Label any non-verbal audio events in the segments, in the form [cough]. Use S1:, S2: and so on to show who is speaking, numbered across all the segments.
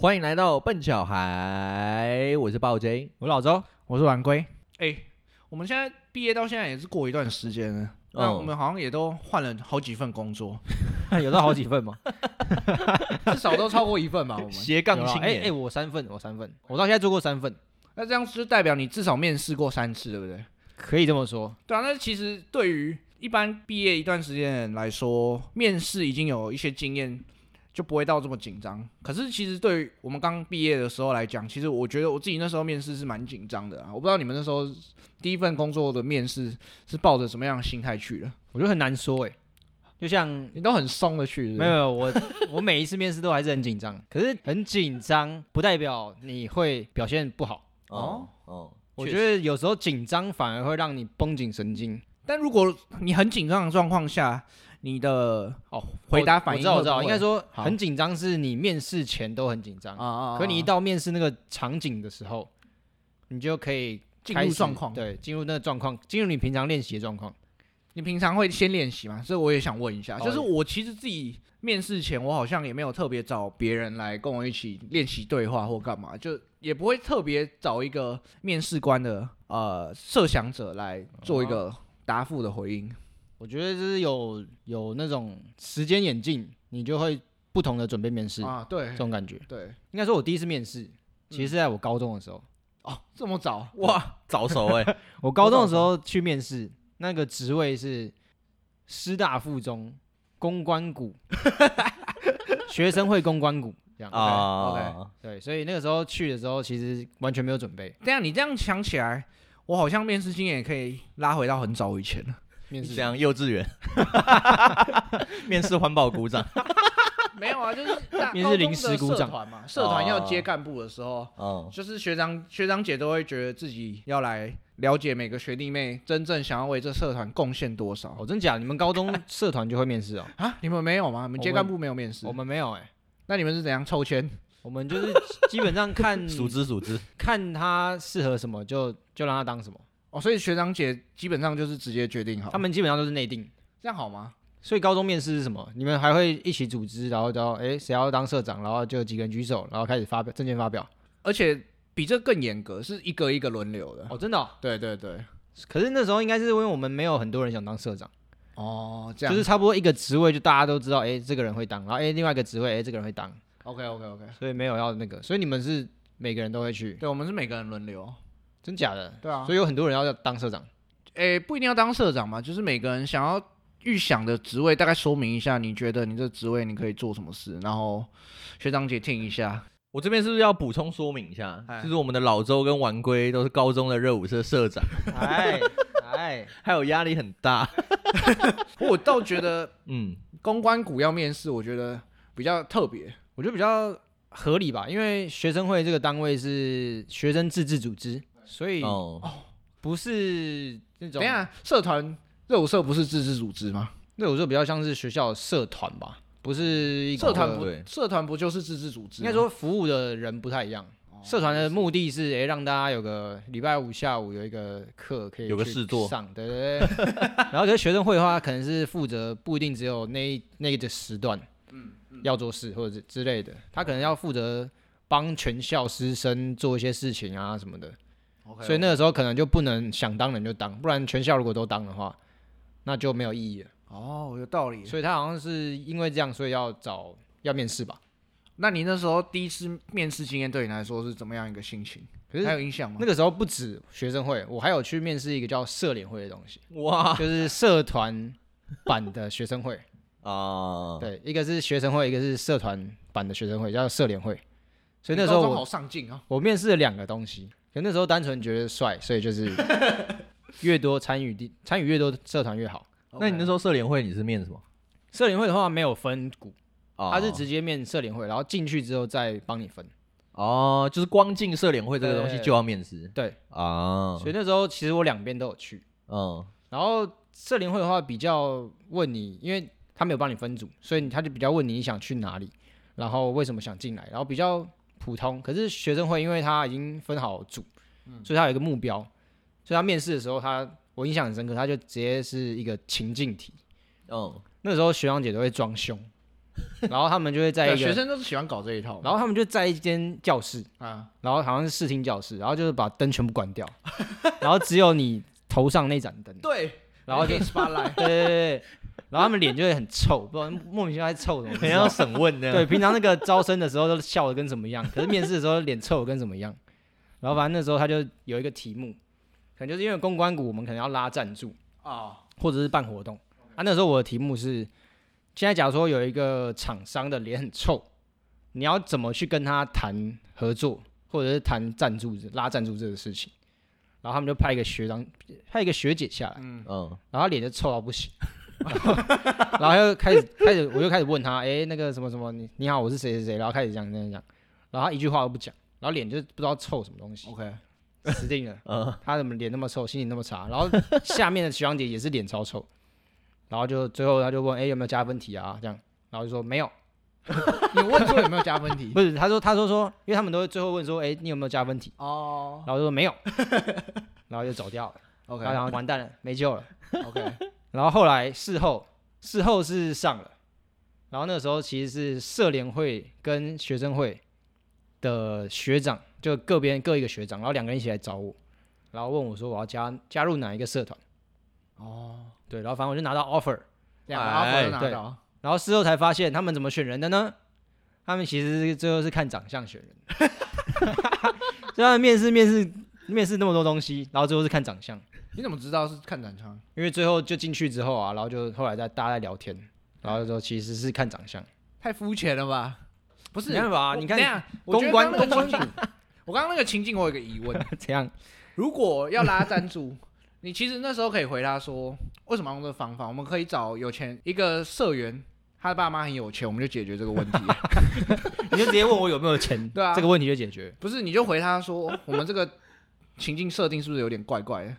S1: 欢迎来到笨小孩，我是暴 J。
S2: 我
S1: [laughs]
S2: 老周，
S3: 我是晚归。哎、我们现在毕业到现在也是过一段时间了，那、
S1: 嗯
S3: 我们好像也都换了好几份工作， [laughs]
S2: 有到好几份
S1: [laughs]
S2: 吗？至少都超过一份吧。我
S3: [laughs]
S2: 们
S1: 斜杠
S2: 有啦
S1: 青
S2: 哎
S1: 年
S2: 哎，我三
S3: 哦
S2: 份，我三份，我到现在做过三份，
S3: 那这样就代表你至少面试过三次，对不对？
S2: 可以这么说。
S3: 对啊，那其实对于一般毕业一段时间的人来说，面试已经有一些经验，就不会到这么紧张。可是其实对于我们刚毕业的时候来讲，其实我觉得我自己那时候面试是蛮紧张的啊。我不知道你们那时候第一份工作的面试是抱着什么样的心态去的？
S2: 我觉得很难说哎、就像
S3: 你都很松的去是不是
S2: 没有没有我我每一次面试都还是很紧张，可是很紧张不代表你会表现不好。
S1: 哦哦，
S2: 我
S1: 确
S2: 觉得有时候紧张反而会让你绷紧神经。
S3: 但如果你很紧张的状况下，你的
S2: 哦，
S3: 回答反
S2: 我
S3: 应
S2: 知道，我
S3: 会
S2: 知
S3: 不会
S2: 道，应该说
S3: 好
S2: 很紧张是你面试前都很紧张，
S3: 啊啊
S2: 可你一到面试那个场景的时候，你就可以
S3: 进
S2: 开
S3: 入
S2: 始
S3: 状况，
S2: 对，进入那个状况，进入你平常练习的状况。
S3: 你平常会先练习吗？这我也想问一下，
S2: 哦
S3: 就是我其实自己面试前，我好像也没有特别找别人来跟我一起练习对话或干嘛，就也不会特别找一个面试官的呃设想者来做一
S2: 哦
S3: 个答复的回应。
S2: 我觉得就是有有那种时间演进，你就会不同的准备面试，
S3: 啊，对
S2: 这种感觉。
S3: 对，
S2: 应该说，我第一次面试其实是在我高中的时候，
S3: 哦，这么早
S1: 哇，早熟
S2: [laughs]
S1: 哎、
S2: 我高中的时候去面试，那个职位是师大附中公关股学生会公关股这样
S1: 啊、
S3: OK，OK
S2: 对，所以那个时候去的时候，其实完全没有准备
S3: 这啊样你这样想起来，我好像面试经验也可以拉回到很早以前了。
S2: 面试
S1: 这。样幼稚 [laughs] 园，面试环保鼓掌
S3: [laughs] 没有啊， [laughs] 就是大
S2: 面试临时
S3: 高
S2: 鼓掌
S3: 中的社团嘛，社团要接干部的时候，
S1: [laughs] 哦，
S3: 就是学长学长姐都会觉得自己要来了解每个学弟妹真正想要为这社团贡献多少
S2: 哦，真假？你们高中社团就会面试哦？
S3: 啊？你们没有吗？你们接干部没有欸面试
S2: 我？们没有哎、
S3: 那你们是怎样抽签？
S2: 我们就是基本
S1: [laughs]
S2: 上看
S1: 数之数之，
S2: 看他适合什么就就让他当什么，
S3: 哦，所以学长姐基本上就是直接决定好，
S2: 他们基本上都是内定。
S3: 这样好吗？
S2: 所以高中面试是什么？你们还会一起组织，然后然后哎谁要当社长，然后就几个人举手，然后开始发表证件发表。
S3: 而且比这更严格，是一个一个轮流的。
S2: 哦，真的哦、
S3: 对对对，
S2: 可是那时候应该是因为我们没有很多人想当社长，
S3: 哦，这
S2: 就
S3: 样
S2: 是差不多一个职位就大家都知道，哎这个人会当，然后哎另外一个职位哎这个人会当，
S3: OK OK OK。
S2: 所以没有要那个，所以你们是每个人都会去，
S3: 对，我们是每个人轮流。
S2: 真假的？
S3: 对啊
S2: 所以有很多人要当社长。
S3: 诶、不一定要当社长嘛，就是每个人想要预想的职位，大概说明一下，你觉得你这职位你可以做什么事，然后学长姐听一下。
S1: 我这边是不是要补充说明一下？
S3: 哎
S1: 就是我们的老周跟晚归都是高中的热舞社社长，
S2: 哎哎，
S1: 还有压力很大。
S3: 我倒觉得
S1: 嗯，
S3: 公关股要面试，我觉得比较特别。
S2: 我觉得比较 [laughs] 合理吧，因为学生会这个单位是学生自治组织，所以
S1: 哦，
S2: 不是那
S3: 等
S2: 种
S3: 一，下，社团热舞社不是自治组织吗？
S2: 那我说比较像是学校的社团吧，不是一个
S3: 社团
S1: 不
S3: 不
S1: 对，
S3: 社团不就是自治组织
S2: 应
S3: 吗？
S2: 该说服务的人不太一样。
S1: 哦
S2: 社团的目的是，哎、让大家有个礼拜五下午有一个课可以
S1: 有个
S2: 去
S1: 事做
S2: 上，对对对。
S1: [laughs]
S2: 然后，可是学生会的话，可能是负责不一定只有那一那个时段，
S1: 嗯
S2: 要做事或者是之类的，他可能要负责帮全校师生做一些事情啊什么的。
S3: OK，
S2: 所以那个时候可能就不能想当人就当，不然全校如果都当的话，那就没有意义了。
S3: 哦，有道理。
S2: 所以他好像是因为这样，所以要找要面试吧。
S3: 那你那时候第一次面试经验对你来说是怎么样一个心情？
S2: 可是
S3: 还有影响吗？
S2: 那个时候不止学生会，我还有去面试一个叫社联会的东西，
S1: 哇
S2: 就是社团版的
S3: [laughs]
S2: 学生会。
S3: 嗯
S1: 啊，
S2: 对，一个是学生会，一个是社团版的学生会，叫社联会。所以那时
S3: 你高
S2: 候
S3: 中好
S2: 我
S3: 上进啊。
S2: 我面试了两个东西，可那时候单纯觉得帅，所以就是
S3: [laughs]
S2: 越多参与的参与越多社团越好。
S1: 那你那时候社联会你是面什么？
S2: 社联会的话没有分股，
S1: 哦
S2: 它是直接面社联会，然后进去之后再帮你分。
S1: 哦，就是光进社联会这个东西
S2: 对
S1: 就要面试
S2: 对，
S3: 嗯
S1: 啊，
S2: 所以那时候其实我两边都有去。
S1: 嗯
S2: 然后社联会的话比较问你，因为他没有帮你分组，所以他就比较问你想去哪里，然后为什么想进来，然后比较普通。可是学生会因为他已经分好组，
S3: 嗯
S2: 所以他有一个目标，所以他面试的时候他我印象很深刻，他就直接是一个情境题。
S1: 嗯，
S2: 那时候学长姐都会装凶，然后他们就会在
S3: 对，
S2: 一
S3: 学
S2: 个，
S3: 生都是喜欢搞这一套嘛。
S2: 然后他们就在一间教室，
S3: 啊，
S2: 然后好像是视听教室，然后就是把灯全部关掉，然后只有你头上那盏灯，
S3: 对，
S2: 然后就
S3: 黑 [laughs] spotlight，
S2: 对对对对，然后他们脸就会很臭，不知道莫名其妙在臭什么，
S1: 可能要审问这样。
S2: 对，平常那个招生的时候都笑的跟什么样，可是面试的时候脸臭得跟什么样。然后反正那时候他就有一个题目，可能就是因为公关股我们可能要拉赞助
S3: 啊，
S2: 或者是办活动啊。那时候我的题目是，现在假如说有一个厂商的脸很臭，你要怎么去跟他谈合作，或者是谈赞助拉赞助这个事情？然后他们就派一个学长，派一个学姐下来，
S3: 嗯，
S1: 嗯，
S2: 然后他脸就臭到不行， [laughs] 然后然后他就开始开始，我就开始问他，哎、那个什么什么，你你好，我是谁谁谁，然后开始讲讲讲，然后他一句话都不讲，然后脸就不知道臭什么东西，
S3: OK，
S2: 死定了，
S1: 嗯
S2: 他怎么脸那么臭，心情那么差，然后下面的学长姐也是脸超臭，然后就最后他就问，哎、有没有加分题啊？这样，然后就说没有，
S3: 你问说有没有加分 [laughs] 题？
S2: 不是，他说他说说，因为他们都会最后问说，哎、你有没有加分题？
S3: 哦
S2: 然后就说没有， [laughs] 然后就走掉了，然后
S3: ，OK
S2: 然后完蛋了，没救了。
S3: OK，
S2: 然后后来事后，事后是上了，然后那个时候其实是社联会跟学生会的学长，就各边各一个学长，然后两个人一起来找我，然后问我说我要加加入哪一个社团，
S3: 哦，
S2: 对，然后反正我就拿到 offer，
S3: 两个
S1: 哎
S3: offer 都拿
S2: 对
S3: 到，
S2: 然后事后才发现他们怎么选人的呢？他们其实是最后是看长相选人 [laughs] 的，所以他们面试面试面试那么多东西，然后最后是看长相。
S3: 你怎么知道是看展场？
S2: 因为最后就进去之后啊，然后就后来在大家在聊天，然后就说其实是看长相，
S3: 太肤浅了吧？不是，
S2: 没办法啊你看
S3: 看
S2: 公关公关
S3: 股，我刚刚那个情境我有个疑问，
S2: [laughs] 怎样？
S3: 如果要拉赞助，你其实那时候可以回答说，为什么要用这个方法？我们可以找有钱一个社员，他的爸妈很有钱，我们就解决这个问题。
S2: 你就直接问我有没有钱，
S3: [laughs] 对啊
S2: 这个问题就解决。
S3: [laughs] 不是，你就回他说，哦我们这个情境设定是不是有点怪怪的？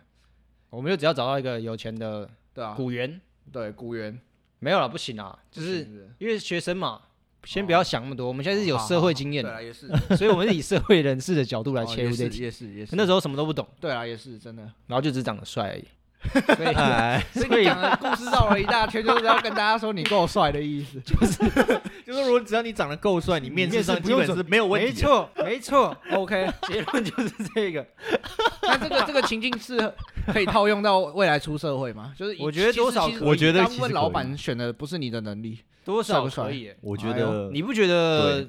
S2: 我们就只要找到一个有钱的
S3: 对啊，
S2: 股员，
S3: 对，雇员
S2: 没有了不行啊，就
S3: 不
S2: 是
S3: 行
S2: 因为学生嘛，先不要想那么多，我们现在是有社会经验
S3: 对啊，
S2: 的，
S3: 也是，
S2: 所以我们是以社会人士的角度来
S3: 哦
S2: 切入这
S3: 也
S2: 题。
S3: 是也是也是，
S2: 那时候什么都不懂，
S3: 对啊，也是
S2: [laughs]
S3: 真的。
S2: 然后就只长得帅
S3: [laughs]
S2: 而已。
S3: 所以
S2: [laughs]
S1: 哎，
S3: 所以你讲的故事绕了一大圈，就是要跟大家说你够帅的意思。
S1: 就是如果只要你长得够帅，你面试上
S2: 不
S1: 基
S2: 用
S1: 本是没有问
S3: 啊
S2: 没
S1: 题的。
S2: 错，没错。OK，
S3: [laughs]
S2: 结论就是这个。
S3: 那这个这个情境是可以套用到未来出社会吗？就是以
S2: 我觉
S3: 其
S2: 得
S3: 实
S2: 多少
S3: 其实
S1: 我觉得
S3: 你
S1: 其
S3: 刚
S1: 实
S3: 问
S1: 可
S3: 老
S1: 以
S3: 板选的不是你的能力，
S2: 多
S3: 帅
S2: 少
S3: 不帅
S2: 可以欸？
S1: 我觉
S3: 哎
S1: 得
S3: 呦
S2: 你不觉得？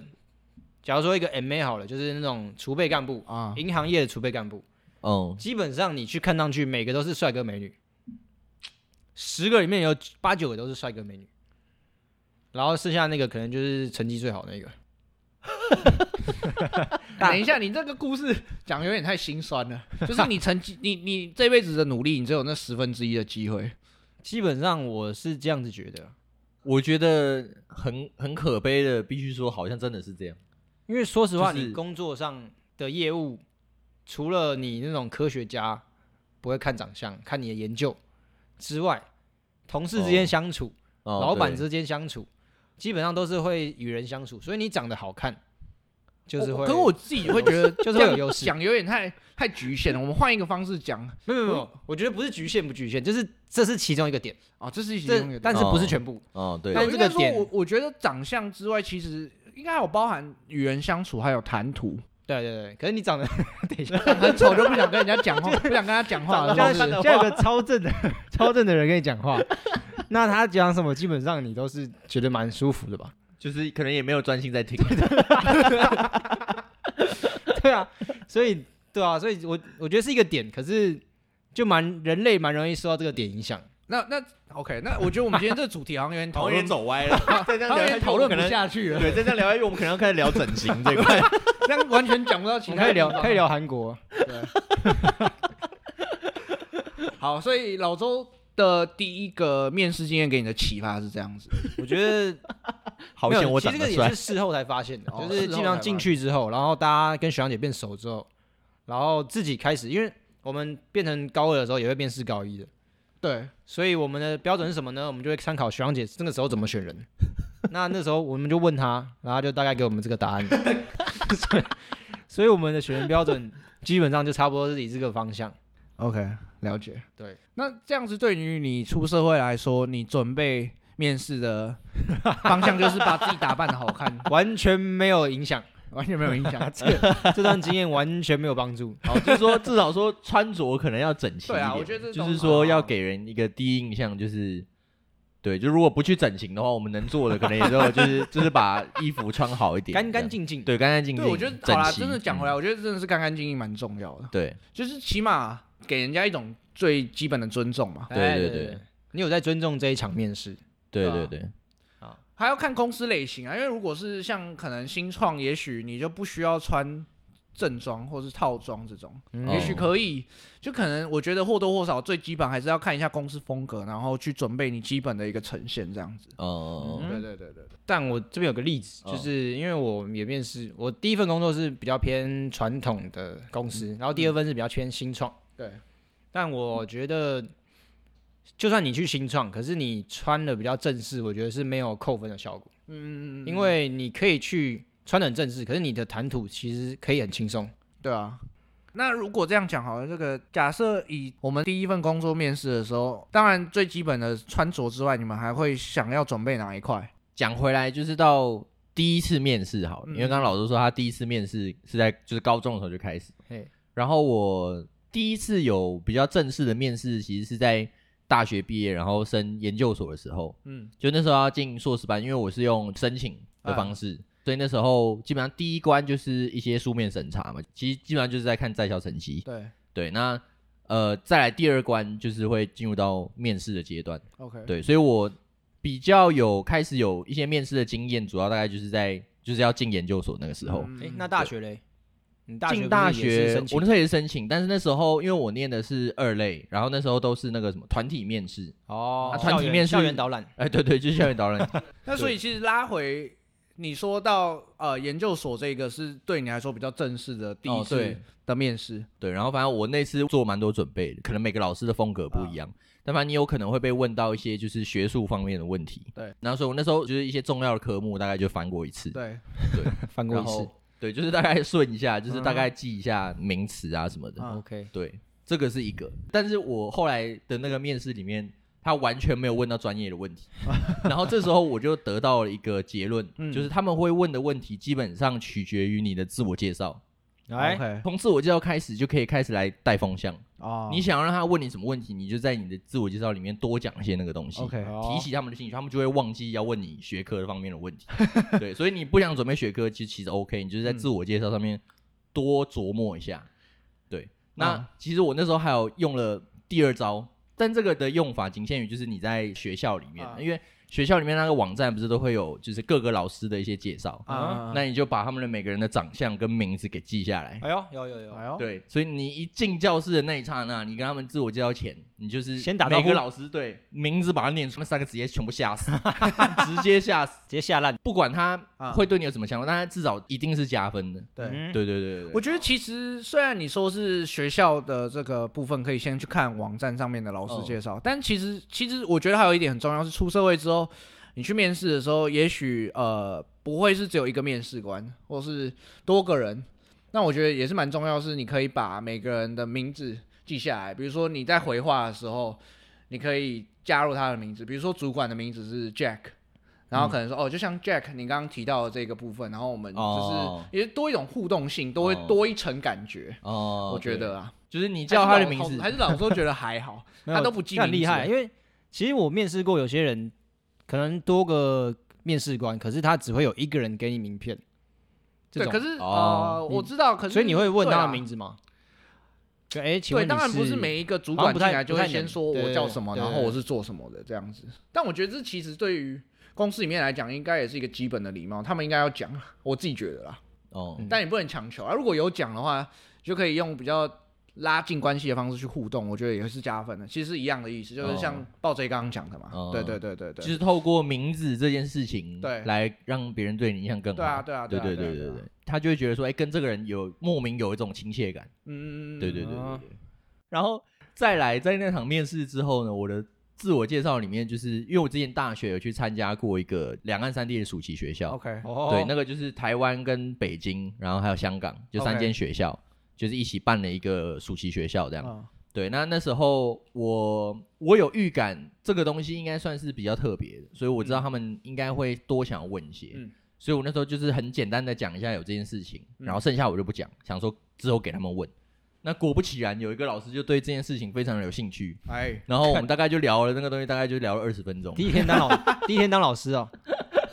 S2: 假如说一个 MA 好了，就是那种储备干部，
S3: 啊，
S2: 银行业的储备干部，
S1: 嗯，
S2: 基本上你去看上去，每个都是帅哥美女，十个里面有八九个都是帅哥美女，然后剩下那个可能就是成绩最好那个。
S3: 等一下，你这个故事讲有点太心酸了。 [laughs] 就是你成绩，你你这辈子的努力，你只有那十分之一的机会。
S2: 基本上我是这样子觉得，
S1: 我觉得很很可悲的，必须说，好像真的是这样。
S2: 因为说实话，
S1: 就是
S2: 你工作上的业务，除了你那种科学家不会看长相、看你的研究之外，同事之间
S1: 哦
S2: 相处。
S1: 哦
S2: 老板
S1: 对
S2: 之间相处，基本上都是会与人相处，所以你长得好看，就是
S3: 我
S2: 会。
S3: 可我自己会觉得
S2: 就
S3: 这
S2: 是会
S3: 样
S2: 有优势
S3: 讲有点太太局限了。我们换一个方式讲
S2: 没有没有没有，我觉得不是局限不局限，就是这是其中一个点，
S3: 哦，这是其中一
S2: 这
S3: 个。
S2: 但是不是全部。
S1: 哦，对，
S2: 但
S3: 我
S2: 这
S3: 应
S2: 个
S3: 该说
S2: 点
S3: 我我觉得长相之外，其实应该还有包含与人相处，还有谈 [laughs] 吐。
S2: 对对对，可是你长 [laughs] 得，等一下，
S3: 很丑就不想跟人家讲话，不想跟他讲话了。
S2: 现在
S3: 是不
S2: 现
S3: 是
S2: 在有个超正 [laughs] 的超正的人跟你讲话， [laughs] 那他讲什么，基本上你都是觉得蛮舒服的吧？
S1: 就是可能也没有专心在听。
S2: 对啊，所以对啊，所以我我觉得是一个点，可是就蛮人类蛮容易受到这个点影响。
S3: 那那 OK，那我觉得我们今天这个主题好像有点讨
S1: 讨
S3: 论
S1: 论，走歪 [laughs] 了，再这
S3: 好
S1: 样聊下
S3: 像有点
S1: 去，
S3: 讨
S1: 我们
S3: 论不
S1: 可能
S3: 下去了，
S1: 对，再这样聊下去，我们可能要开始聊整形这一
S3: [laughs]
S1: 块。
S3: 这样完全讲不到其
S2: 我
S3: 他。
S2: 们可以聊可以。聊韩国，
S3: 对。好，所以老周的第一个面试经验给你的启发是这样子。
S2: 我觉得
S1: 好
S2: 没有
S1: 险我
S2: 其
S1: 长
S2: 实
S1: 得
S2: 这个也
S1: 帅
S2: 是，事后才发 [laughs] 现的，
S3: 哦
S2: 就是
S3: 事
S2: 基
S3: 后才
S2: 本上
S3: 发
S2: 进去之后，然后大家跟学长姐变熟之后，然后自己开始，因为我们变成高二的时候也会面试高一的，
S3: 对，
S2: 所以我们的标准是什么呢？我们就会参考学长姐那个时候怎么选人。那那时候我们就问他，然后他就大概给我们这个答案。 [laughs] 所以，所以我们的选人标准基本上就差不多是以这个方向。
S3: OK，了解。
S2: 对，
S3: 那这样子对于你出社会来说，你准备面试的方向就是把自己打扮的好看，
S2: 完全没有影响，
S3: 完全没有影响。
S2: 这个这段经验完全没有帮助。
S1: 好，哦就是说至少说穿着可能要整齐一
S3: 对啊
S1: 点
S3: 我觉得这
S1: 就
S3: 种
S1: 是说
S3: 啊
S1: 要给人一个第一印象，就是对，就如果不去整形的话，我们能做的可能也
S3: [laughs]
S1: 就就是就是把衣服穿好一点，
S2: 干干
S1: 这样，
S2: 净净，
S1: 对，干干净净，
S3: 对，我觉得
S1: 整
S3: 好啦，
S1: 齐
S3: 真的讲回，
S1: 嗯
S3: 来，我觉得真的是干干净净蛮重要的，
S1: 对，
S3: 就是起码给人家一种最基本的尊重嘛。
S1: 对对
S2: 哎
S1: 对对，
S2: 你有在尊重这一场面试，
S1: 对
S3: 对啊
S1: 对对，
S3: 还要看公司类型啊，因为如果是像可能新创，也许你就不需要穿正装或是套装这种，
S2: 嗯
S3: 也许可以，就可能我觉得或多或少最基本还是要看一下公司风格，然后去准备你基本的一个呈现这样子。
S1: 哦，
S2: 嗯
S3: 对对对对对，
S2: 但我这边有个例子，
S1: 哦
S2: 就是因为我也面试，我第一份工作是比较偏传统的公司，
S1: 嗯
S2: 然后第二份是比较偏新创。
S3: 对，
S2: 但我觉得，就算你去新创，可是你穿的比较正式，我觉得是没有扣分的效果，
S3: 嗯
S2: 因为你可以去穿的很正式，可是你的谈吐其实可以很轻松。
S3: 对啊。那如果这样讲好了，这个假设以我们第一份工作面试的时候，当然最基本的穿着之外，你们还会想要准备哪一块？
S1: 讲回来就是到第一次面试好了，
S3: 嗯
S1: 因为刚刚老师说他第一次面试是在就是高中的时候就开始
S2: 嘿，
S1: 然后我第一次有比较正式的面试，其实是在大学毕业然后升研究所的时候，
S3: 嗯，
S1: 就那时候要进硕士班，因为我是用申请的方式，
S2: 啊
S1: 所以那时候基本上第一关就是一些书面审查嘛，其实基本上就是在看在校成绩。
S3: 对
S1: 对，那呃再来第二关就是会进入到面试的阶段。
S3: ，OK，
S1: 对，所以我比较有开始有一些面试的经验，主要大概就是在就是要进研究所那个时候。
S3: 嗯
S2: 哎、那大学嘞？你大学
S1: 进大
S2: 不是也是
S1: 学，
S2: 申
S1: 我
S2: 请
S1: 那时候也是申请，但是那时候因为我念的是二类，然后那时候都是那个什么团体面试，
S2: 哦
S1: 啊，团体
S2: 校园
S1: 面试
S2: 校园导
S1: [laughs]
S2: 览，
S1: 哎，对对，就是校园
S2: [laughs]
S1: 导览，
S3: 那所以其实拉回你说到呃研究所这个是对你来说比较正式的第一
S1: 哦对
S3: 次的面试，
S1: 对，然后反正我那次做蛮多准备的，可能每个老师的风格
S2: 啊
S1: 不一样，但反正你有可能会被问到一些就是学术方面的问题。
S3: 对，
S1: 然后所以我那时候就是一些重要的科目大概就翻过一次，
S3: 对，
S2: 翻过
S1: 然
S2: 一次
S1: 后对，就是大概顺一下，
S2: 嗯
S1: 就是大概记一下名词啊什么的。
S3: 嗯
S2: ，OK，
S1: 对，这个是一个，但是我后来的那个面试里面，他完全没有问到专业的问
S3: [laughs]
S1: 题，然后这时候我就得到了一个结论，
S3: 嗯
S1: 就是他们会问的问题基本上取决于你的自我介绍，
S2: 来
S3: o，k
S1: 从自我介绍开始就可以开始来带风向。
S3: 哦，
S1: 你想要让他问你什么问题，你就在你的自我介绍里面多讲一些那个东西。
S3: OK，
S1: 提起他们的兴趣，他们就会忘记要问你学科方面的问题。对，所以你不想准备学科，其实其实 OK，你就是在自我介绍上面多琢磨一下。对，那、
S3: 嗯
S1: 其实我那时候还有用了第二招，但这个的用法仅限于就是你在学校里面，
S3: 啊
S1: 因为学校里面那个网站不是都会有就是各个老师的一些介绍，
S2: 嗯
S3: 啊，
S1: 那你就把他们的每个人的长相跟名字给记下来。
S2: 哎呦，有有有，
S3: 哎呦，
S1: 对，所以你一进教室的那一刹那，你跟他们自我介绍前，你就是
S2: 先打招
S1: 每
S2: 呼
S1: 个老师对名字把他念出，来，那三个直接全部吓
S2: [laughs]
S1: 死，直接吓死，
S2: 直接下烂，
S1: 不管他
S3: 啊
S1: 会对你有什么想法，但他至少一定是加分的。
S3: 对。
S2: 嗯
S1: 对对对对
S3: 我
S1: 对，
S3: 觉得其实虽然你说是学校的这个部分可以先去看网站上面的老师介
S1: 哦
S3: 绍，但其实其实我觉得还有一点很重要是出社会之后，你去面试的时候，也许呃不会是只有一个面试官，或是多个人。那我觉得也是蛮重要，是你可以把每个人的名字记下来，比如说你在回话的时候，你可以加入他的名字，比如说主管的名字是 Jack。然后可能说、哦，就像 Jack 你刚刚提到的这个部分，然后我们就是
S1: 哦
S3: 也多一种互动性，多会
S1: 哦
S3: 多一层感觉。
S1: 哦
S3: 我觉
S1: 对
S3: 得啊，
S1: 就是你叫他的
S3: 还是
S1: 名
S3: 老
S1: 字，
S3: 还是老时候觉得还 [laughs] 好，
S2: 没
S3: 他
S2: 有
S3: 都不记
S2: 这很
S3: 名
S2: 厉
S3: 字
S2: 害，因为其实我面试过有些人，可能多个面试官，可是他只会有一个人给你名片，这
S3: 对，
S2: 种
S3: 可，是、呃，
S1: 哦
S3: 我知道，可是
S2: 所以你会问他的名
S3: 字。
S2: 字吗？就哎，请
S3: 对，
S2: 问
S3: 当然
S2: 你
S3: 不
S2: 是
S3: 是每一个主
S2: 好像
S3: 管
S2: 不
S3: 进
S2: 太
S3: 来就
S2: 不太
S3: 会
S2: 能
S3: 先说我
S2: 对
S3: 叫什么，
S2: 对
S3: 然后
S2: 对
S3: 我是做什么的这样子。但我觉得这其实对于公司里面来讲，应该也是一个基本的礼貌，他们应该要讲。啊我自己觉得啦，
S1: 哦
S2: 嗯
S3: 但也不能强求啊。如果有讲的话，就可以用比较拉近关系的方式去互动，我觉得也是加分的。其实是一样的意思，就是像
S1: 哦
S3: 鲍贼刚刚讲的嘛。
S1: 哦
S3: 对对对对对，
S1: 就是透过名字这件事情，
S3: 对
S1: 来让别人对你印象更好。
S3: 对啊，对啊，
S1: 对
S3: 啊
S1: 对
S3: 对啊
S1: 对
S3: 啊
S1: 对，他就会觉得说，哎，跟这个人有莫名有一种亲切感。
S3: 嗯，
S1: 对对对对
S2: 啊
S1: 对。然后再来，在那场面试之后呢，我的自我介绍里面，就是因为我之前大学有去参加过一个两岸三地的暑期学校，
S3: ，OK，
S2: 哦，
S1: 对，那个就是台湾跟北京，然后还有香港，就三
S3: OK
S1: 间学校就是一起办了一个暑期学校这样。
S3: 嗯
S1: 对，那那时候我我有预感这个东西应该算是比较特别的，所以我知道他们应该会多想要问一些，
S3: 嗯
S1: 所以我那时候就是很简单的讲一下有这件事情，
S3: 嗯
S1: 然后剩下我就不讲，想说之后给他们问。那果不其然，有一个老师就对这件事情非常有兴趣，
S3: 哎，
S1: 然后我们大概就聊了那个东西，大概就聊了二十分钟。
S2: [laughs] 第一天当老，第一天当老师哦，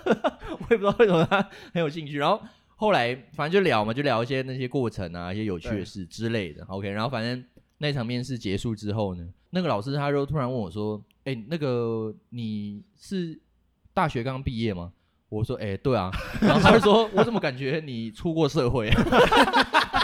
S1: 我也不知道为什么他很有兴趣。然后后来反正就聊嘛，就聊一些那些过程啊，一些有趣的事之类的。OK，然后反正那场面试结束之后呢，那个老师他就突然问我说：“哎、那个你是大学刚毕业吗？”我说：“哎、对啊。”然后他就说：“我怎么感觉你出过社会、啊 [laughs]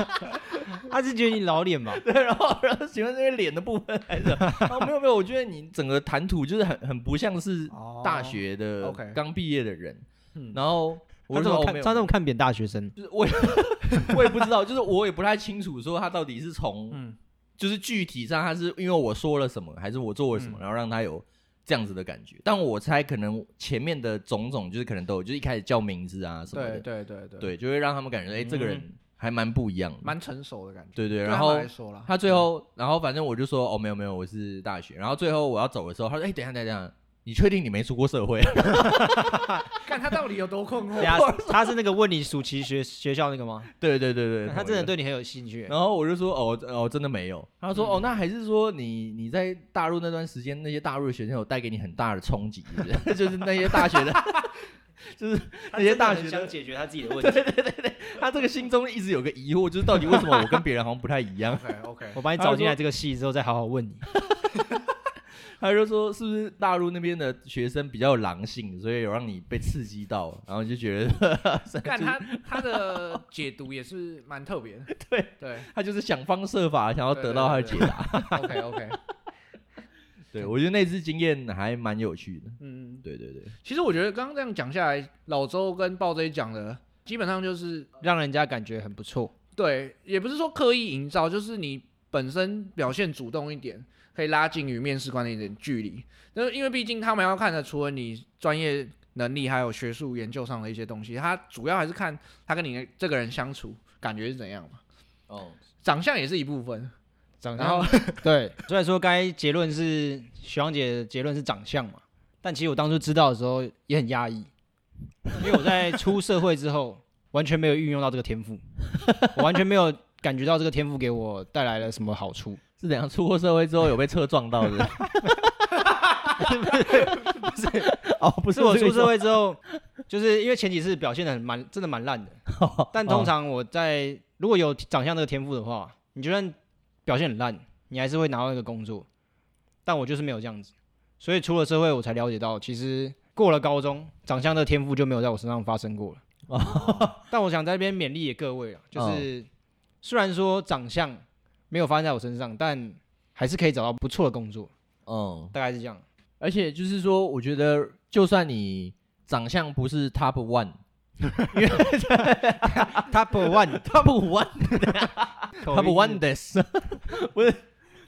S2: 他是觉得你老脸吧？”
S1: 对，然后然后请问这个脸的部分还是什么？然后没有没有，我觉得你整个谈吐就是很很不像是
S3: 哦
S1: 大学的
S3: OK
S1: 刚毕业的人。
S3: 嗯
S1: 然后我
S2: 他
S1: 就
S2: 怎
S1: 说
S2: 么
S1: 哦
S2: 看？
S1: 没有
S2: 他怎么看扁大学生？
S1: 就是我也 [laughs] 我也不知道，就是我也不太清楚，说他到底是从、
S3: 嗯
S1: 就是具体上他是因为我说了什么，还是我做了
S3: 嗯
S1: 什么，然后让他有这样子的感觉。但我猜可能前面的种种就是可能都有，就是一开始叫名字啊什么
S3: 对
S1: 的，
S3: 对对对，
S1: 对，就会让他们感觉哎、诶这个人还蛮不一样的，
S3: 蛮成熟的感觉。
S1: 对对。
S3: 对
S1: 然
S3: 他
S1: 后
S3: 们来
S1: [laughs]
S3: 说啦，
S1: 他最后，然后反正我就说哦没有没有，我是大学。然后最后我要走的时候，他说哎、等一下等一下等一下，你确定你没出过社会？ [laughs]
S3: 看他到底有多困惑
S2: 对啊，他是那个问你暑期学学校那个吗？
S1: 对对对对，
S2: 他
S1: 同一
S2: 真
S1: 个
S2: 的对你很有兴趣。
S1: 然后我就说哦哦，真的没有。他说、哦，那还是说你你在大陆那段时间，那些大陆的学生有带给你很大的冲击，是不是 [laughs] 就是那些大学的，就是那些大学的，
S2: 解决他自己的问题。
S1: 他这个心中一直有个疑惑，就是到底为什么我跟别人好像不太一样？ [laughs]
S3: OK OK，
S2: [laughs] 我把你找进来这个系之后，再好好问你。
S1: 他就说是不是大陆那边的学生比较有狼性，所以有让你被刺激到，然后你就觉得 [laughs]
S3: 看他他的解读也是蛮特别的。
S1: [laughs] 对
S3: [laughs] 对
S1: 他就是想方设法想要得到他的解答。
S3: ，OK
S1: [laughs]
S3: OK，
S1: 对我觉得那次经验还蛮有趣的。
S3: 嗯。
S1: 对对对，
S3: 其实我觉得刚刚这样讲下来，老周跟鲍追讲的，基本上就是
S2: 让人家感觉很不错。
S3: 对，也不是说刻意营造，就是你本身表现主动一点，可以拉近与面试官的一点距离。那因为毕竟他们要看的，除了你专业能力，还有学术研究上的一些东西，他主要还是看他跟你这个人相处感觉是怎样嘛。
S1: 哦，
S3: 长相也是一部分，
S2: 长
S3: 然
S2: [laughs]
S3: 后
S2: 相对，虽然说该结论是徐阳姐的结论是长相嘛，但其实我当初知道的时候也很压抑，因为我在出社会之后完全没有运用到这个天赋，我完全没有感觉到这个天赋给我带来了什么好处。
S1: 是怎样？出过社会之后有被车撞到的？
S2: 不是，
S1: 哦， [laughs] 不
S2: 不是我出社
S1: 会，
S2: 会之后， [laughs] 就是因为前几次表现的蛮真的蛮烂的，
S1: 哦
S2: 但通常我在如果有长相这个天赋的话，你就算表现很烂，你还是会拿到那个工作。但我就是没有这样子，所以出了社会我才了解到，其实过了高中，长相的天赋就没有在我身上发生过了。
S1: [laughs]
S2: 但我想在这边勉励各位啊，
S1: 嗯
S2: 就是虽然说长相没有发生在我身上，但还是可以找到不错的工作，
S1: 嗯，
S2: 大概是这样。
S1: 而且就是说，我觉得就算你长相不是 top one，top [laughs]
S2: Top one，Top
S1: one，top one
S2: 的
S1: this，不是，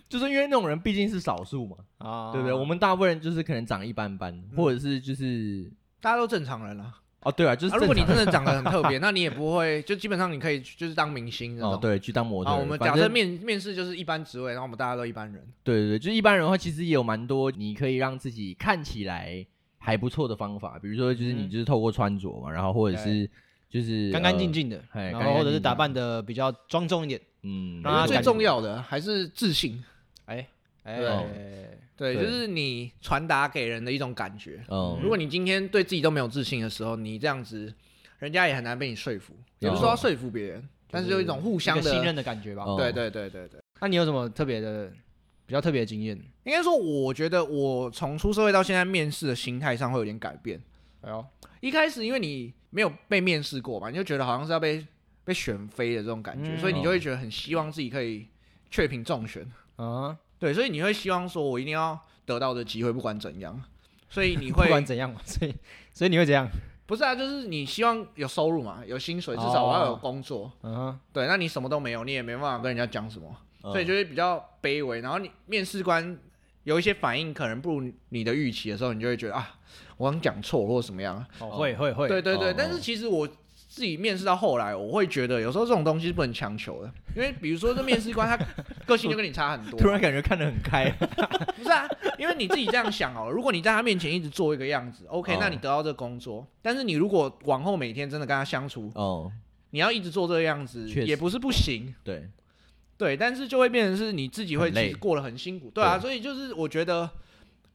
S1: 就是因为那种人毕竟是少数嘛，
S2: 啊，
S1: 对不对？我们大部分人就是可能长一般般，或者是就是
S3: 大家都正常人啦、
S1: 哦，嗯对啊，就是
S3: 啊。如果你
S1: 正
S3: 真的长得
S1: [laughs]
S3: 很特别，那你也不会，就基本上你可以就是当明星这
S1: 常
S3: 种。
S1: 哦，对，去当模特
S3: 啊，
S1: 儿，
S3: 我们
S1: 反
S3: 假
S1: 正
S3: 设面面试就是一般职位，然后我们大家都一般人。
S1: 对对对，就是一般人的话，其实也有蛮多你可以让自己看起来还不错的方法，比如说就是你
S3: 嗯
S1: 就是透过穿着嘛，然后或者是就是
S2: 干干净
S1: 净，
S2: 净的，
S1: 哎
S2: 然
S1: 干干
S2: 后或者
S1: 净
S2: 是
S1: 净
S2: 打扮的比较庄重一点。
S1: 嗯，
S2: 让他
S1: 没错
S3: 最
S2: 感觉
S3: 重要的还是自信，
S2: 哎
S1: 对
S2: 哎，
S3: 对，
S1: 对
S3: 就是你传达给人的一种感觉。
S1: 嗯
S3: 如果你今天对自己都没有自信的时候，你这样子，人家也很难被你说服，
S2: 嗯
S3: 也不是说要说服别人，但是有一种互相
S2: 一个信
S3: 的。嗯
S2: 任的感觉吧。
S1: 哦
S3: 对对对对对，
S2: 那你有什么特别的、比较特别的经验？
S3: 应该说，我觉得我从出社会到现在，面试的心态上会有点改变。
S2: 哎呦，
S3: 一开始因为你没有被面试过嘛，你就觉得好像是要被被选飞的这种感觉，
S2: 嗯
S3: 所以你就会觉得很希望自己可以确评中选。
S2: 啊，
S3: 对，所以你会希望说，我一定要得到的机会，不管怎样。所以你
S2: 不
S3: 会
S2: 管怎样嘛， [laughs] 所以所以你会怎样？
S3: 不是啊，就是你希望有收入嘛，有薪水，至
S1: 哦
S3: 少我要有工作。
S2: 嗯哼，
S3: 对，那你什么都没有，你也没办法跟人家讲什么，
S1: 嗯
S3: 所以就会比较卑微。然后你面试官有一些反应可能不如你的预期的时候，你就会觉得啊，我刚讲错了或什么样啊。
S2: 哦会会会，
S3: 对对对，
S1: 哦
S3: 但是其实我自己面试到后来，我会觉得有时候这种东西是不能强求的，因为比如说这面试官他个性就跟你差很多嘛，
S1: [laughs] 突然感觉看得很开，
S3: 不是啊，因为你自己这样想哦，如果你在他面前一直做一个样子，OK，、
S1: 哦
S3: 那你得到这个工作。但是你如果往后每天真的跟他相处，
S1: 哦，
S3: 你要一直做这个样子，
S1: 确实
S3: 也不是不行，
S1: 对，
S3: 对。但是就会变成是你自己会
S1: 很累
S3: 其实过得很辛苦，对啊。
S1: 对
S3: 所以就是我觉得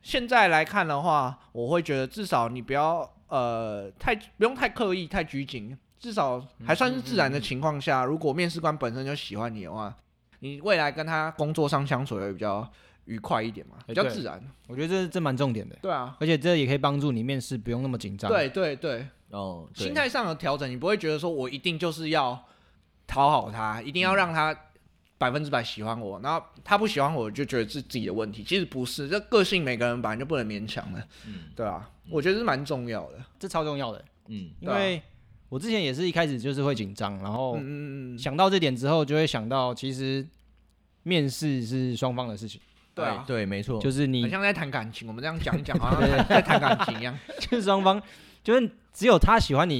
S3: 现在来看的话，我会觉得至少你不要呃太不用太刻意太拘谨，至少还算是自然的情况下，如果面试官本身就喜欢你的话，你未来跟他工作上相处也会比较愉快一点嘛，比较
S1: 哎
S2: 对
S3: 自然，
S2: 我觉得这这蛮重点的，
S3: 对啊。
S2: 而且这也可以帮助你面试不用那么紧张。，
S3: 对对对，
S1: 哦，对
S3: 心态上的调整，你不会觉得说我一定就是要讨好他，一定要让
S1: 嗯
S3: 他百分之百喜欢我，然后他不喜欢我就觉得是自己的问题，其实不是，这个性每个人本来就不能勉强的，
S1: 嗯
S3: 对啊，我觉得是蛮重要的。
S2: 这超重要的，
S1: 嗯，
S2: 因
S3: 对啊
S2: 为我之前也是一开始就是会紧张，然
S1: 哦
S2: 后
S3: 嗯嗯嗯，
S2: 想到这点之后，就会想到其实面试是双方的事情，
S3: 对啊，
S1: 哎对，没错，
S2: 就是你
S3: 很像在谈感情，我们这样讲一讲，好像在谈感情
S1: [laughs]
S3: 一样。
S2: [laughs] 就是双方，就是只有他喜欢你，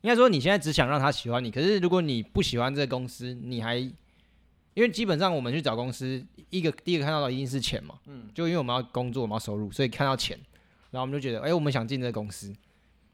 S2: 应该说你现在只想让他喜欢你。可是如果你不喜欢这个公司，你还因为基本上我们去找公司，一个第一个看到的一定是钱嘛，嗯，就因为我们要工作，我们要收入，所以看到钱，然后我们就觉得，哎、我们想进这个公司。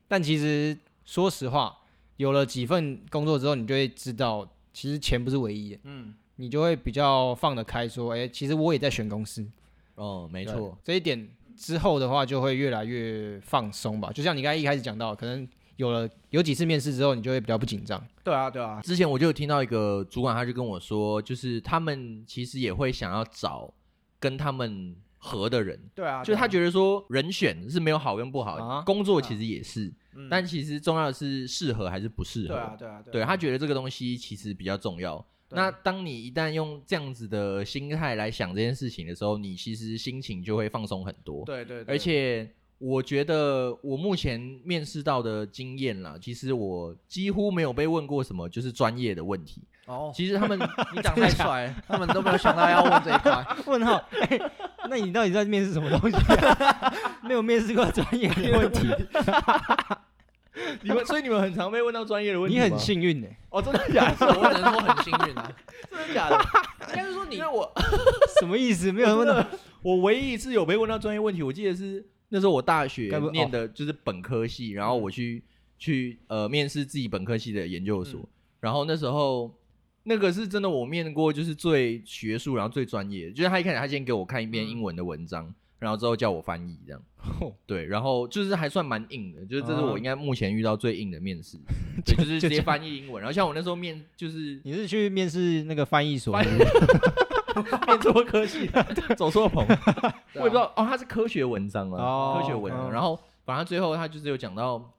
S2: 但其实说实话，有了几份工作之后，你就会知道，其实钱不是唯一的，
S3: 嗯，
S2: 你就会比较放得开，说，哎、其实我也在选公司，
S1: 哦，没
S2: 对
S1: 错，，
S2: 这一点之后的话就会越来越放松吧。就像你刚才一开始讲到，可能有了有几次面试之后，你就会比较不紧张。
S3: 对啊对啊，
S1: 之前我就有听到一个主管，他就跟我说，就是他们其实也会想要找跟他们合的人，
S3: 对啊，
S1: 就他
S3: 对啊
S1: 觉得说人选是没有好跟不好，
S2: 啊
S1: 工作其实也是，
S3: 嗯
S1: 但其实重要的是适合还是不适合。
S3: 对啊对啊
S1: 对
S3: 啊，
S1: 他觉得这个东西其实比较重要。
S3: 对
S1: 那当你一旦用这样子的心态来想这件事情的时候，你其实心情就会放松很多。
S3: 对对，对
S1: 而且我觉得我目前面试到的经验啦，其实我几乎没有被问过什么就是专业的问题。
S3: 哦，
S1: 其实
S3: [laughs]
S1: 他们
S3: 你长太帅了， [laughs] 他们都没有想到要问这一块。
S2: [laughs] 问号、哎那你到底在面试什么东西、啊？ [laughs] 没有面试过专业的问题，
S1: [laughs] 你们，所以你们很常被问到专业的问题
S2: [laughs] 你
S1: 吗。
S2: 很幸运呢、
S1: 哦，真的假的？
S3: [laughs] 我只能说很幸运啊，
S1: [laughs] 真的假的？
S3: 应该是说你
S1: 因为我
S2: 什么意思？没有问到，
S1: [laughs] 我唯一一次有被问到专业问题，我记得是那时候我大学
S2: 该不哦
S1: 念的就是本科系，然后我去去呃面试自己本科系的研究所，
S3: 嗯
S1: 然后那时候那个是真的我面过就是最学术，然后最专业，就是他一开始他先给我看一篇
S3: 嗯
S1: 英文的文章，然后之后叫我翻译这样
S2: 哦，
S1: 对，然后就是还算蛮硬的，就是这是
S2: 啊
S1: 我应该目前遇到最硬的
S2: [laughs]
S1: 面试，对，就是
S2: 就
S1: 直
S2: 这
S1: 接
S2: 样
S1: 翻译英文，然后像我那时候面
S2: [laughs]
S1: 就是
S2: 你是去面试那个翻译所？是不是
S1: 面错科
S2: [laughs]
S1: 系，走错棚。我也不知
S3: 道，
S1: 道哦，它是科学文章啊，
S2: 哦
S1: 科学文章。
S2: 嗯
S1: 然后反正最后他就是有讲到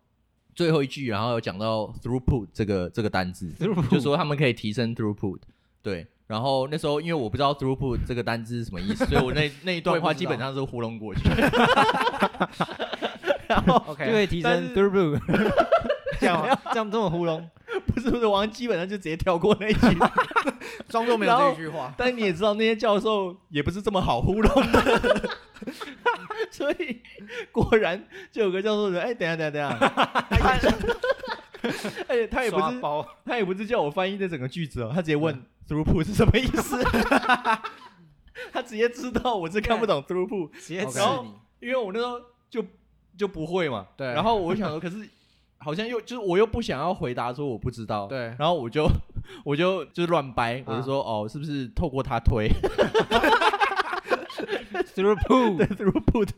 S1: 最后一句，然后有讲到 throughput 这个这个单字，就说他们可以提升 throughput。对，然后那时候因为我不知道 throughput 这个单字是什么意
S3: [laughs]
S1: 思，所以我那那一段
S3: 我
S1: 话
S3: 也不知
S1: 基
S3: 道
S1: 本上是糊弄过去。 [laughs]
S2: 就可以提
S1: 但
S2: 升
S1: 是
S2: d u r b l [laughs] 这样吗这样这么糊弄，
S1: 不是不是，王基本上就直接跳过那一句。
S3: 装作没有这一句话。
S1: 但你也知道，那些教授也不是这么好糊弄的， [laughs] 所以果然就有个教授说：“哎、等一下，等一下，等一下。
S3: [laughs]
S1: 他”而且他也不
S2: 刷
S1: 是
S2: 包
S1: 他也不是叫我翻译这整个句
S3: 嗯
S1: 子哦，他直接问 throughput 是什么意
S3: [laughs]
S1: 思，他直接知道我是看不
S3: 嗯
S1: 懂 throughput，
S2: 直接
S3: OK
S2: 吃
S1: 然后
S2: 你。
S1: 因为我那时候就就不会嘛，
S3: 对
S1: 然后我就想说，可是好像又就是我又不想要回答说我不知道，，
S3: 对，嗯
S1: 然后我就 [laughs] 我就就乱掰，我就说哦，是不是透过他推 [laughs]
S2: throughput，
S1: throughput，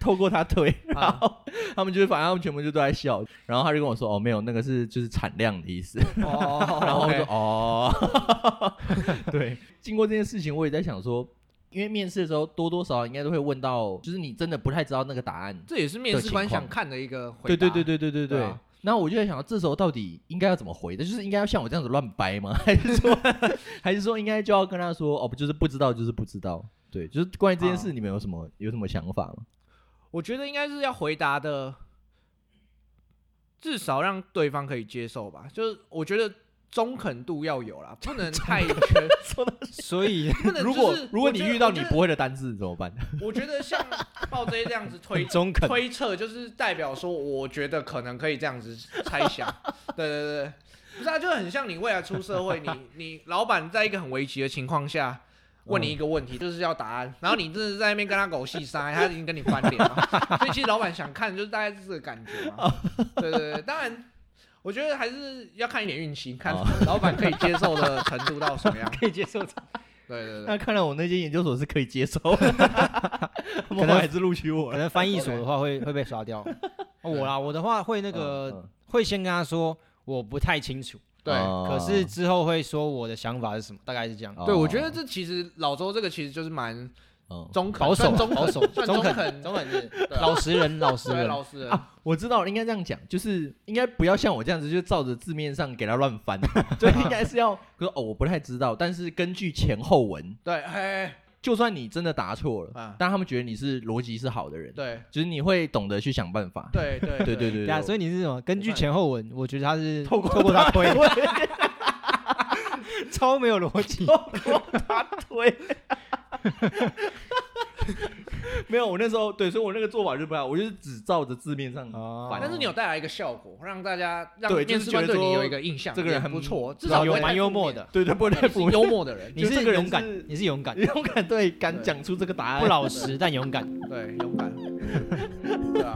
S1: 透 [laughs] 过他推，
S3: 嗯
S1: 然后他们就是反正他们全部就都在笑，然后他就跟我说哦，没有，那个是就是产量的意思。
S3: 哦，
S1: [laughs] 然
S3: 然
S1: 后
S3: 后
S1: 我就
S3: 就
S1: 哦， [laughs] 对，经过这件事情，我也在想说，因为面试的时候多多少少应该都会问到，就是你真的不太知道那个答案。
S3: 这也是面试官
S1: 的情况
S3: 想看的一个
S1: 对
S3: 回答。
S1: 对对
S3: 对，
S1: 对对对
S3: 对
S1: 对
S3: 啊。
S1: 那我就在想，这时候到底应该要怎么回的？就是应该要像我这样子乱掰吗？还是 [laughs] 说，还是说应该就要跟他说，哦，不就是不知道，就是不知道。对，就是关于这件事，你们有什么有什么想法吗？
S3: 我觉得应该是要回答的，至少让对方可以接受吧。就是我觉得中肯度要有啦，不能太全，
S2: 所以
S3: 不能就
S1: 如
S3: 是
S1: 果如果你
S3: 我觉得
S1: 遇到
S3: 我
S1: 你
S3: 觉得
S1: 不会的单字怎么办？
S3: 我觉得像鲍 J 这样子推
S2: 很中肯。 [laughs]
S3: 推测，就是代表说，我觉得可能可以这样子猜想，对对对，不是啊，就很像你未来出社会，
S2: [laughs]
S3: 你你老板在一个很危急的情况下问你一个问题，就是要答案，然后你真的在那边跟他狗戏塞，他已经跟你翻脸
S2: [laughs]
S3: 了，所以其实老板想看就是大概是这个感觉
S2: 哦
S3: 嘛。对对对，当然。我觉得还是要看一点运气，看
S1: 哦
S3: 老板可以接受的程度到什么
S2: [laughs]
S3: 样。
S2: 可以接受这，
S3: 对对
S1: [laughs]
S3: 对，
S2: 嗯
S1: 那看来我那间研究所是可以接受 [laughs] 的，他们后来还是录取我
S2: 可
S1: 了。
S2: 能翻译所的话会会被刷掉。哦我啦，我的话会那个
S1: 嗯
S2: 会先跟他说我不太清楚，
S3: 对，
S2: 可是之后会说我的想法是什么，大概是这样。
S3: 对，我觉得这其实老周这个其实就是蛮
S1: 哦
S3: 中肯
S2: 保守
S3: 算中
S2: 保守
S3: 算
S2: 中肯
S3: 肯
S2: 中肯是
S3: 对
S2: 老实人，老实
S3: 对
S2: 人。
S3: 老实人，
S1: 啊，我知道了，应该这样讲，就是应该不要像我这样子，就照着字面上给他乱翻，就应该是要说哦，我不太知道，但是根据前后文，
S3: 对，哎，
S1: 就算你真的答错了，
S3: 啊
S1: 但他们觉得你是逻辑是好的人，
S3: 对
S1: 就是你会懂得去想办法。
S3: 对对
S1: 对对
S3: 对，
S1: 对
S2: 对啊，所
S1: 以
S2: 以你是什么？根据前后文，我觉得他是
S1: 透过
S2: 透过他推，
S1: 我
S2: [laughs] 超没有逻辑。
S1: 推。没有，我那时候对，所以我那个做法就不太好，我就是只照着字面上
S2: 哦
S1: 嗯反
S3: 但是你有带来一个效果，让大家让
S1: 对就
S3: 面
S1: 是
S3: 试
S1: 觉得
S3: 官对你
S1: 说
S3: 有一个印象，
S1: 这个人
S3: 也
S1: 很
S3: 不错，至
S2: 然
S3: 少
S2: 后
S3: 不
S2: 有
S3: 会太
S2: 蛮幽默
S3: 负面，
S2: 的，
S1: 对对，不
S3: 对
S1: 能
S3: 你是
S1: 负面
S3: 幽默的人，
S2: 你
S1: 就这
S2: 是
S1: 个人
S2: 勇
S1: 是
S2: 敢，你是
S1: [laughs]
S2: 勇敢，
S1: 勇敢对，敢
S3: 对
S1: 讲出这个答案，
S2: 不老实但勇敢。
S1: [laughs]
S3: 对，勇敢，对啊，